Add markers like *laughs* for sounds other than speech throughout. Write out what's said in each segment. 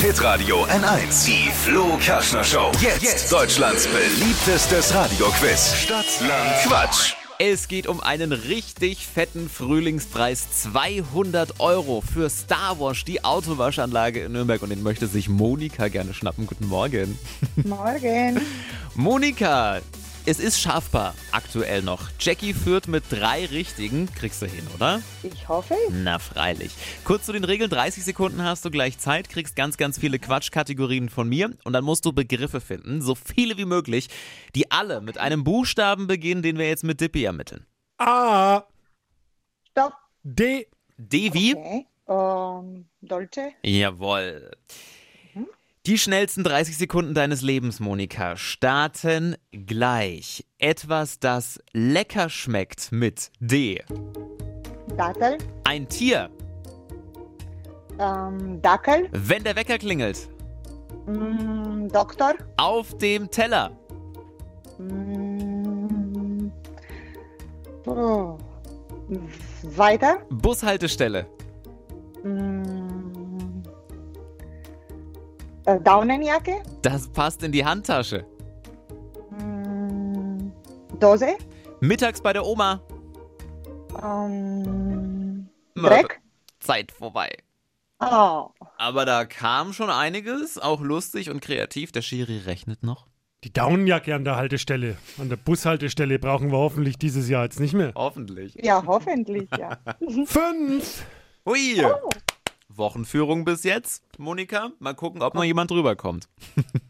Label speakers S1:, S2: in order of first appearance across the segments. S1: Hitradio N1. Die Flo Kaschner Show. Jetzt, Deutschlands beliebtestes Radioquiz. Stadt, Land, Quatsch.
S2: Es geht um einen richtig fetten Frühlingspreis. 200 Euro für Star Wars, die Autowaschanlage in Nürnberg. Und den möchte sich Monika gerne schnappen. Guten Morgen.
S3: Morgen.
S2: Monika, es ist schaffbar aktuell noch. Jackie führt mit drei richtigen. Kriegst du hin, oder?
S3: Ich hoffe,
S2: Na, freilich. Kurz zu den Regeln. 30 Sekunden hast du gleich Zeit, kriegst ganz, ganz viele Quatschkategorien von mir und dann musst du Begriffe finden, so viele wie möglich, die alle mit einem Buchstaben beginnen, den wir jetzt mit Dippy ermitteln.
S4: A,
S3: stopp.
S4: D,
S2: D wie?
S3: Okay. Ähm, Dolce.
S2: Jawohl. Die schnellsten 30 Sekunden deines Lebens, Monika, starten gleich. Etwas, das lecker schmeckt mit D.
S3: Dackel.
S2: Ein Tier.
S3: Ähm, Dackel.
S2: Wenn der Wecker klingelt.
S3: Mm, Doktor.
S2: Auf dem Teller.
S3: Mm, oh. Weiter.
S2: Bushaltestelle.
S3: Mm, äh, Daunenjacke.
S2: Das passt in die Handtasche.
S3: Mm, Dose.
S2: Mittags bei der Oma.
S3: Ähm,
S2: Mörbe.
S3: Dreck.
S2: Zeit vorbei.
S3: Oh.
S2: Aber da kam schon einiges, auch lustig und kreativ. Der Schiri rechnet noch.
S4: die Daunenjacke an der Haltestelle. An der Bushaltestelle brauchen wir hoffentlich dieses Jahr jetzt nicht mehr.
S2: Hoffentlich.
S3: Ja, hoffentlich, ja.
S4: Fünf.
S2: Hui! Wochenführung bis jetzt, Monika. Mal gucken, ob noch jemand drüber kommt.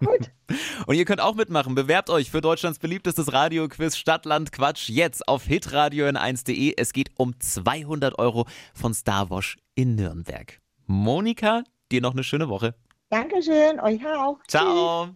S3: Gut.
S2: *laughs* Und ihr könnt auch mitmachen. Bewerbt euch für Deutschlands beliebtestes Radioquiz Stadtland Quatsch jetzt auf hitradio n1.de. Es geht um 200 Euro von Starwash in Nürnberg. Monika, dir noch eine schöne Woche.
S3: Dankeschön, euch auch.
S2: Ciao.